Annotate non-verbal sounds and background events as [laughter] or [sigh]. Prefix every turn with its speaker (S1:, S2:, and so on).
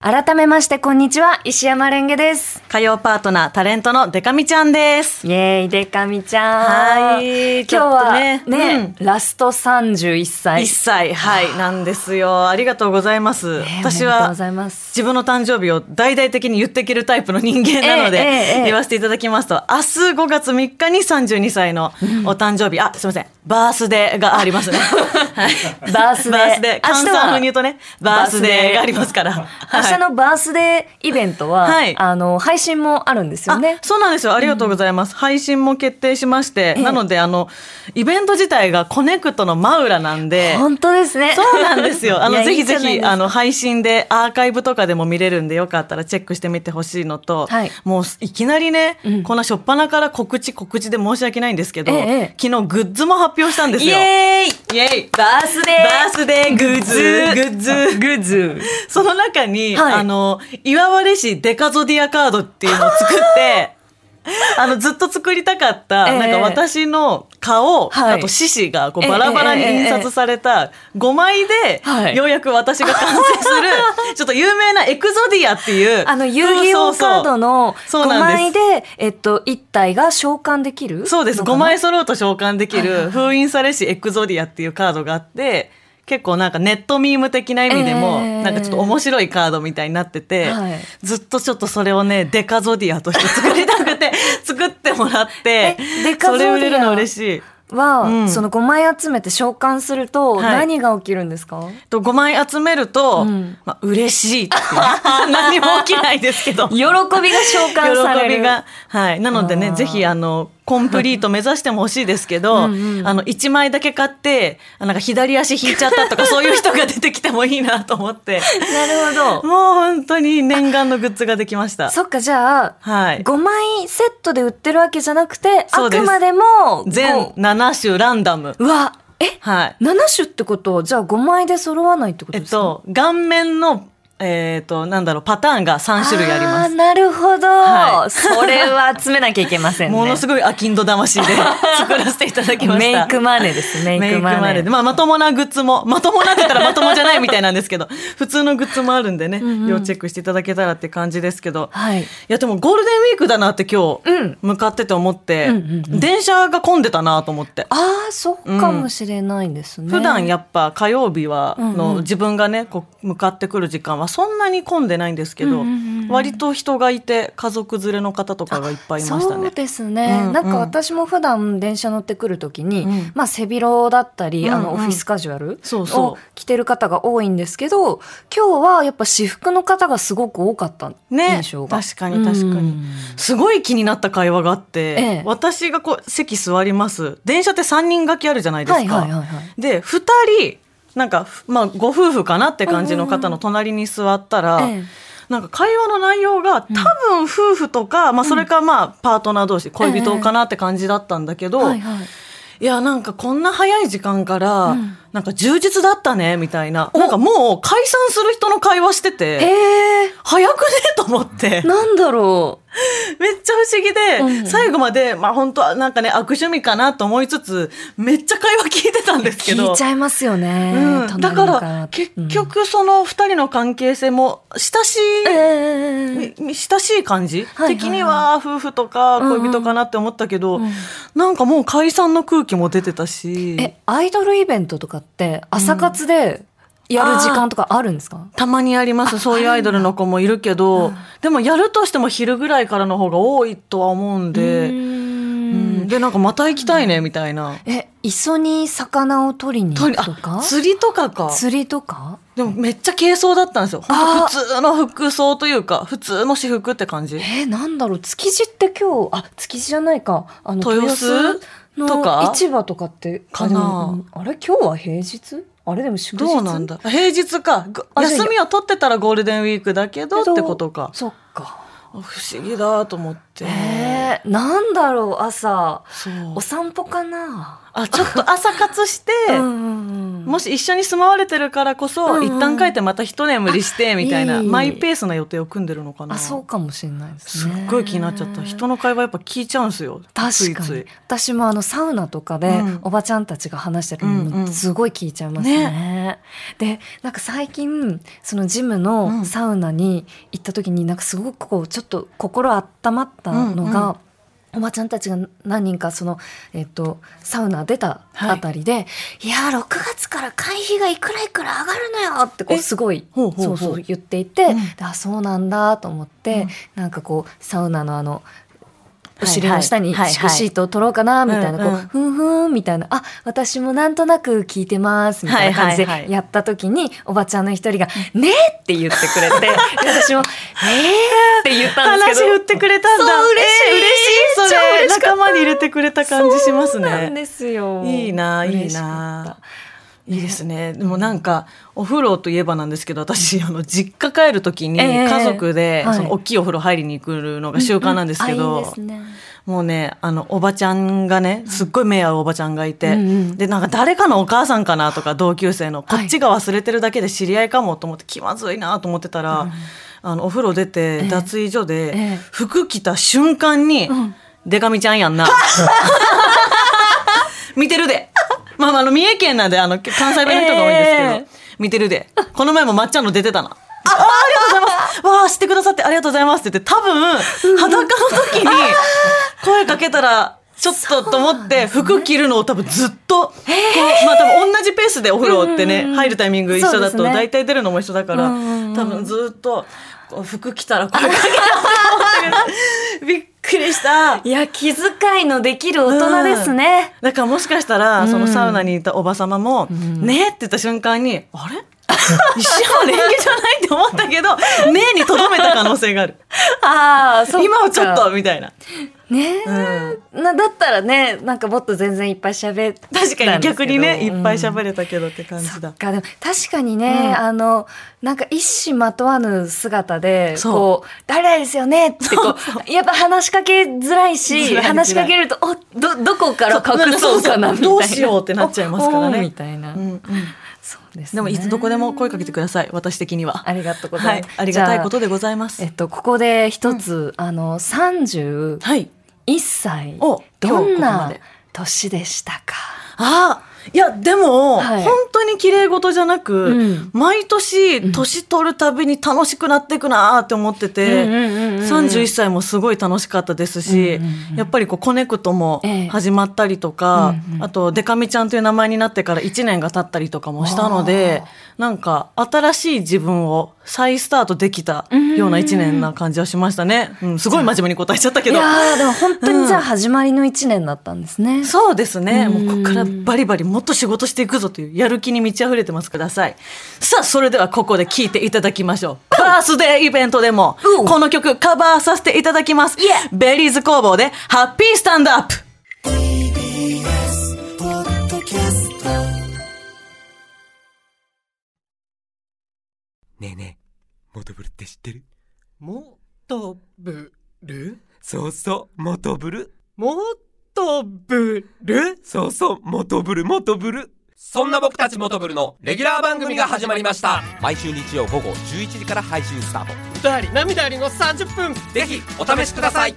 S1: 改めまして、こんにちは。石山レンゲです。
S2: 火曜パートナー、タレントのデカミちゃんです。
S1: イエーイ、でかみちゃん。
S2: はい
S1: 今日はね
S2: ちょっとね
S1: ラスト31歳。
S2: 一歳、はい、なんですよ。ありがとうございます。
S1: ね
S2: 私
S1: おめでとう
S2: は
S1: ございます
S2: 自分の誕生日を大々的に言っていけるタイプの人間なので、
S1: ええええ
S2: 言わせていただきますと、明日5月3日に32歳のお誕生日、あ、すいません、バースデーがあ
S1: [laughs]
S2: りますね。はい
S1: バースデー
S2: バースデー。
S1: 明日は
S2: 換算風に言うとね、バースデーがありますから。は
S1: 明
S2: い
S1: 日のバースデーイベントは、
S2: はい
S1: あの、配信もあるんですよね
S2: あ。そうなんですよありがとうございます、配信も決定しまして、
S1: ええ
S2: なのであのイベント自体がコネクトの真裏なんで
S1: 本当です [laughs] ね。
S2: そうなんですよ。あ
S1: い
S2: の、
S1: や
S2: ぜ
S1: い
S2: ひ
S1: いじ
S2: ぜ
S1: ゃないです
S2: ひ、
S1: か
S2: あの、配信で、アーカイブとかでも見れるんで、よかったらチェックしてみてほしいのと、
S1: はい
S2: もう、いきなりね、
S1: うん
S2: こんな初っ端から告知告知で申し訳ないんですけど、
S1: ええ
S2: 昨日グッズも発表したんです
S1: イ
S2: よ。
S1: エーイ
S2: イエイ
S1: バースデー
S2: バースデーグッズ、グッズ。
S1: グッズ。
S2: [laughs] その中に、
S1: はい
S2: あの、岩割市デカゾディアカードっていうのを作って、
S1: [laughs]
S2: あの、ずっと作りたかった、
S1: ええ
S2: なんか私の顔、
S1: はい
S2: あと獅子がこ
S1: え
S2: う
S1: え
S2: バラバラに印刷された5枚で、
S1: はい
S2: ようやく私が完成す
S1: [laughs]
S2: る、ちょっと有名なエクゾディアっていう。
S1: あの、遊戯王カードの
S2: そう
S1: 5
S2: そうそうなんです
S1: 枚で、えっと、1体が召喚できる
S2: そうです。
S1: のか
S2: 5
S1: な
S2: 枚揃うと召喚できる、封印されしエクゾディアっていうカードがあって、結構なんかネットミーム的な意味でも、
S1: ええ
S2: なんかちょっと面白いカードみたいになってて、
S1: はい
S2: ずっとちょっとそれをね、デカゾディアとして作りた
S1: [laughs]
S2: くて、作ってもらって
S1: えデ、カゾ
S2: そ
S1: ディ
S2: れ
S1: ア
S2: 売れるの嬉しい。
S1: は、
S2: うん
S1: その5枚集めて召喚すると、
S2: はい
S1: 何が起きるんですか、
S2: と5枚集めると、
S1: うん
S2: まあ、嬉しいっていう [laughs] 何も起きないですけど。
S1: 喜びが召喚される。
S2: 喜びが。はい。なので
S1: あ
S2: ね、
S1: ー
S2: ぜひ、あの、コンプリート目指しても欲しいですけど、
S1: うんうん
S2: あの、1枚だけ買って、あなんか左足引いちゃった
S1: [laughs]
S2: とか、そういう人が出てきてもいいなと思って、
S1: なるほ
S2: もう
S1: ど。
S2: 本当に念願のグッズができました。
S1: そっか、じゃあ、
S2: はい。
S1: 5枚セットで売ってるわけじゃなくて、
S2: そ
S1: あ
S2: うです
S1: くまでも、
S2: 全
S1: こ
S2: 7種ランダム。
S1: ううわ、え
S2: はい。
S1: 7種ってことは、じゃあ5枚で揃わないってこと
S2: えっ
S1: ですか
S2: と、顔面の、えっと、なんだろう、パターンが3種類あります
S1: ー。なるほど、
S2: は
S1: それは集めなきゃいけませんね。
S2: ものすごいアキンド魂で [laughs] 作らせていただきまし
S1: メイ
S2: た。
S1: クマネーです、メイ
S2: メイ
S1: ク
S2: ク
S1: マネー。
S2: まで。まあ、まともなグッズも、まともなって言ったらまともじゃないみたいなんですけど、 [laughs] 普通のグッズもあるんでね、
S1: んうん
S2: 要チェックしていただけたらって感じですけど。
S1: はい。
S2: いや、でもゴールデンウィークだなって今
S1: うん
S2: 日、向かってて思って、
S1: うんうんうん
S2: 電車が混んでたなと思って。
S1: ああ、そうかもしれないですね。
S2: 普段やっぱ火曜日は、
S1: うんうん
S2: の自分がね、こう向かってくる時間はそんなに混んでないんですけど、
S1: うんうんうん
S2: 割と人がいて、家族連れの方とかがいっぱいいました
S1: そう
S2: ね。
S1: ですね、
S2: うんうん
S1: なんか私も普段電車乗ってくるときに、
S2: うん
S1: まあ背広だったり、あ
S2: うんう
S1: の
S2: ん
S1: オフィスカジュアル
S2: そうそう
S1: を着てる方が多いんですけど、今日はやっぱ私服の方がすごく多かった
S2: ね
S1: 印象が。
S2: 確かに確かに
S1: うん
S2: すごい気になった会話があって、
S1: ええ
S2: 私がこう席座ります電車って3人掛けあるじゃないですか、
S1: はいはいはいはい。
S2: で2人なんか、まあ、ご夫婦かなって感じの方の隣に座ったら、
S1: ええ
S2: なんか会話の内容が多分夫婦とか、まあ、それかまあパートナー同士恋人かなって感じだったんだけど、
S1: はいはい。
S2: いやなんかこんな早い時間から、
S1: うん
S2: なんか充実だったねみたいな
S1: お
S2: なんかもう解散する人の会話してて
S1: え
S2: 早くねと思って
S1: ー、。なんだろう。
S2: めっちゃ不思議で、
S1: うん
S2: 最後まで、まあ本当はなんかね、悪趣味かなと思いつつ、めっちゃ会話聞いてたんですけど。
S1: 聞いちゃいますよね。
S2: うん、だ
S1: 隣
S2: か
S1: の方
S2: ら結、局その二人の関係性も親し
S1: うんえ
S2: い、
S1: え
S2: みみ親しい感
S1: は
S2: じ、
S1: いはいはい
S2: 的には夫婦とか恋人かなって思ったけど、
S1: うん
S2: なんかもう解散の空気も出てたし
S1: え、アイドルイベントとかって朝活でやる時間とかあるんですか、
S2: たまにありますそういうアイドルの子もいるけ
S1: う
S2: ど
S1: ん
S2: でもやるとしても昼ぐらいからの方が多いとは思うん
S1: う
S2: で、
S1: ー
S2: うん
S1: ん
S2: でなんかまた行きたいねみたいな。
S1: え磯に魚を取りに行くとか
S2: あ釣りとかか
S1: 釣りとか
S2: でもめっちゃ軽装だったんですよ
S1: あ
S2: 本当普通の服装というか普通の私服って感じ
S1: えー、なんだろう築地って今日あ築地じゃないかあの
S2: 豊洲と
S1: の
S2: か
S1: 市場とかって
S2: か
S1: あ
S2: な
S1: でもあれ今日は平日あれでも祝日
S2: どうなんだ平日かぐ
S1: あじゃあ
S2: 休みを取ってたらゴールデンウィークだけど
S1: けど
S2: ってことか
S1: そっか
S2: 不思議だと思って
S1: えー、なんだろう朝
S2: そう
S1: お散歩かな
S2: あちょっと朝活して [laughs]
S1: うんうんうん
S2: もし一緒に住まわれてるからこそ、
S1: うんうん
S2: 一旦帰ってまた一眠りしてみたいな、
S1: あいい
S2: マイペースな予定を組んでるのかな
S1: あ、そうかもしれないです
S2: すっ
S1: ね。
S2: ごい気になっちゃった人の会話やっぱ聞いちゃうんですよつ
S1: 確
S2: い
S1: か
S2: つ
S1: に
S2: い。
S1: 私もあのサウナとかで
S2: うん
S1: おばちゃんたちが話してる
S2: うんう
S1: の
S2: ん
S1: すごい聞いちゃいますね。で、なんか最近、そのジムのサウナに行った時になんかすごくこう、ちょっと心温まったのが、
S2: うんう
S1: おばちゃんたちが何人かその、えっと、サウナ出たあたりで、い、やー、6月から会費がいくらいくら上がるのよってこう、
S2: え
S1: すごい、
S2: ほうほうほう
S1: そうそう言っていて、
S2: うん
S1: であ、そうなんだと思って、
S2: うん
S1: なんかこう、サウナのあの、お
S2: はい
S1: 尻の下に
S2: はいはい
S1: 敷くシートを取ろうかな、みたいな、こう、
S2: うんうん
S1: ふんふん、みたいな、あ、私もなんとなく聞いてます、みたいな感じ
S2: はいはいは
S1: で
S2: い
S1: やった時に、おばちゃんの一人が、ねえって言ってく
S2: [laughs]
S1: れて、で私も、ねえって言ったんですけ
S2: 話
S1: ど。
S2: 振ってくれたんだ
S1: そう嬉しい
S2: えー嬉しいそ
S1: 超
S2: れ
S1: 嬉しかった
S2: 仲間に入れてくれた感じします
S1: そうなん
S2: ね
S1: ですよ。
S2: いいないい
S1: 嬉しか
S2: な
S1: っ
S2: いいですねでもなんかお風呂といえばなんですけど私あの実家帰る時に
S1: ええ
S2: 家族で、
S1: はい
S2: その大きいお風呂入りに行くのが
S1: た
S2: 習慣なんですけ
S1: う
S2: ど、
S1: んあいいですね。
S2: もうね、あの、おばちゃんがね、すっごい目合うおばちゃんがいて、
S1: うんうん
S2: で、なんか誰かのお母さんかなとか、同級生の、こ
S1: はい
S2: っちが忘れてるだけで知り合いかもと思って、気まずいなと思ってたら、あの、お風呂出て、
S1: え
S2: 脱衣所
S1: え
S2: で、
S1: え
S2: 服着た瞬間に、
S1: うん
S2: でかみちゃんやんな。
S1: [laughs]
S2: 見てるで。まあまあ、あの、三重県なんで、あの、関西弁の人が多いんですけど、
S1: ええ
S2: 見てるで。この前もまっちゃんの出てたな。ああありがとうございます。わあ、知ってくださってありがとうございますって言って、多分、裸の時に声かけたら、ちょっとと思って、服着るのを多分ずっと、こう、まあ多分同じペースでお風呂って
S1: うん
S2: ね
S1: うんう、ん
S2: 入るタイミング一緒だ
S1: そ
S2: と、
S1: うですね
S2: 大体出るのも一緒だから、
S1: うんうんうん
S2: 多分ずっと、こう服着たら声かけたと思って、びっくりした。
S1: いや、気遣いのできる大人ですね。
S2: だからもしかしたら、
S1: うん
S2: そのサウナにいたおばさまも、
S1: ん
S2: ねえって言った瞬間に、あれ [laughs] 石山蓮華じゃないって思ったけど、ねえにとどめた可能性がある。
S1: ああ、そっか
S2: 今はちょっと、みたいな。
S1: ねえ、なだったらねなんかもっと全然いっぱい喋ったんです
S2: 確
S1: け
S2: か
S1: ど
S2: に逆にね、いっぱい
S1: うん
S2: 喋れたけどって感じ
S1: そっ
S2: だ。
S1: かでも確かにね、
S2: うん
S1: あのなんか一糸まとわぬ姿で
S2: そう
S1: こう「誰々ですよね」ってこうやっぱ話しかけづらい
S2: づらい
S1: し
S2: づらい
S1: 話しかけると「おどどこから隠そうかな」みたいな
S2: そうそうどうしようってなっちゃいますからね
S1: おおみたいな、
S2: うんうん
S1: そうですね
S2: でも、いつどこでも声かけてください、私的には。
S1: ありがとうございます、
S2: はいありがたいこと
S1: で
S2: でございます
S1: えっ。とここで一つ、あの31
S2: はい。
S1: 歳
S2: お
S1: どん
S2: 今日ここま
S1: な
S2: で
S1: 年でしたか
S2: あいや、でも、
S1: はい
S2: 本当に綺麗事じゃなく、
S1: うん
S2: 毎年、年取るたびに楽しくなっていくなーって思ってて、31
S1: 31
S2: 歳もすごい楽しかったですし、
S1: うんうんうん
S2: やっぱりこうコネクトも
S1: ええ
S2: 始まったりとか、
S1: うんうん
S2: あとデカミちゃんという名前になってから1年が経ったりとかもしたので
S1: あー
S2: なんか新しい自分を再スタートできたような1年な感じはしましたね、うん、すごい真面目に答えちゃったけ
S1: い
S2: ど
S1: やーでも本当にじゃあ始まりの1年だったんですね、
S2: そうですね
S1: うん
S2: もうここからバリバリもっと仕事していくぞというやる気に満ち溢れてますくださいさあそれではここで聞いていただきましょうバースデーイベントでも
S1: うん
S2: この曲カバーさせていただきます
S1: イエ
S2: ベリーズ工房でハッピースタンドアップ
S3: ねえねえ、モトブルって知ってる
S4: もとぶる
S3: そうそう、モトブル。
S4: もとぶる
S3: そうそう、モトブル、モトブル。
S5: そんな僕たちモトブルのレギュラー番組が始まりました
S3: 毎週日曜午後11時から配信スタート。
S4: 歌あり涙ありの30分
S5: ぜひお試しください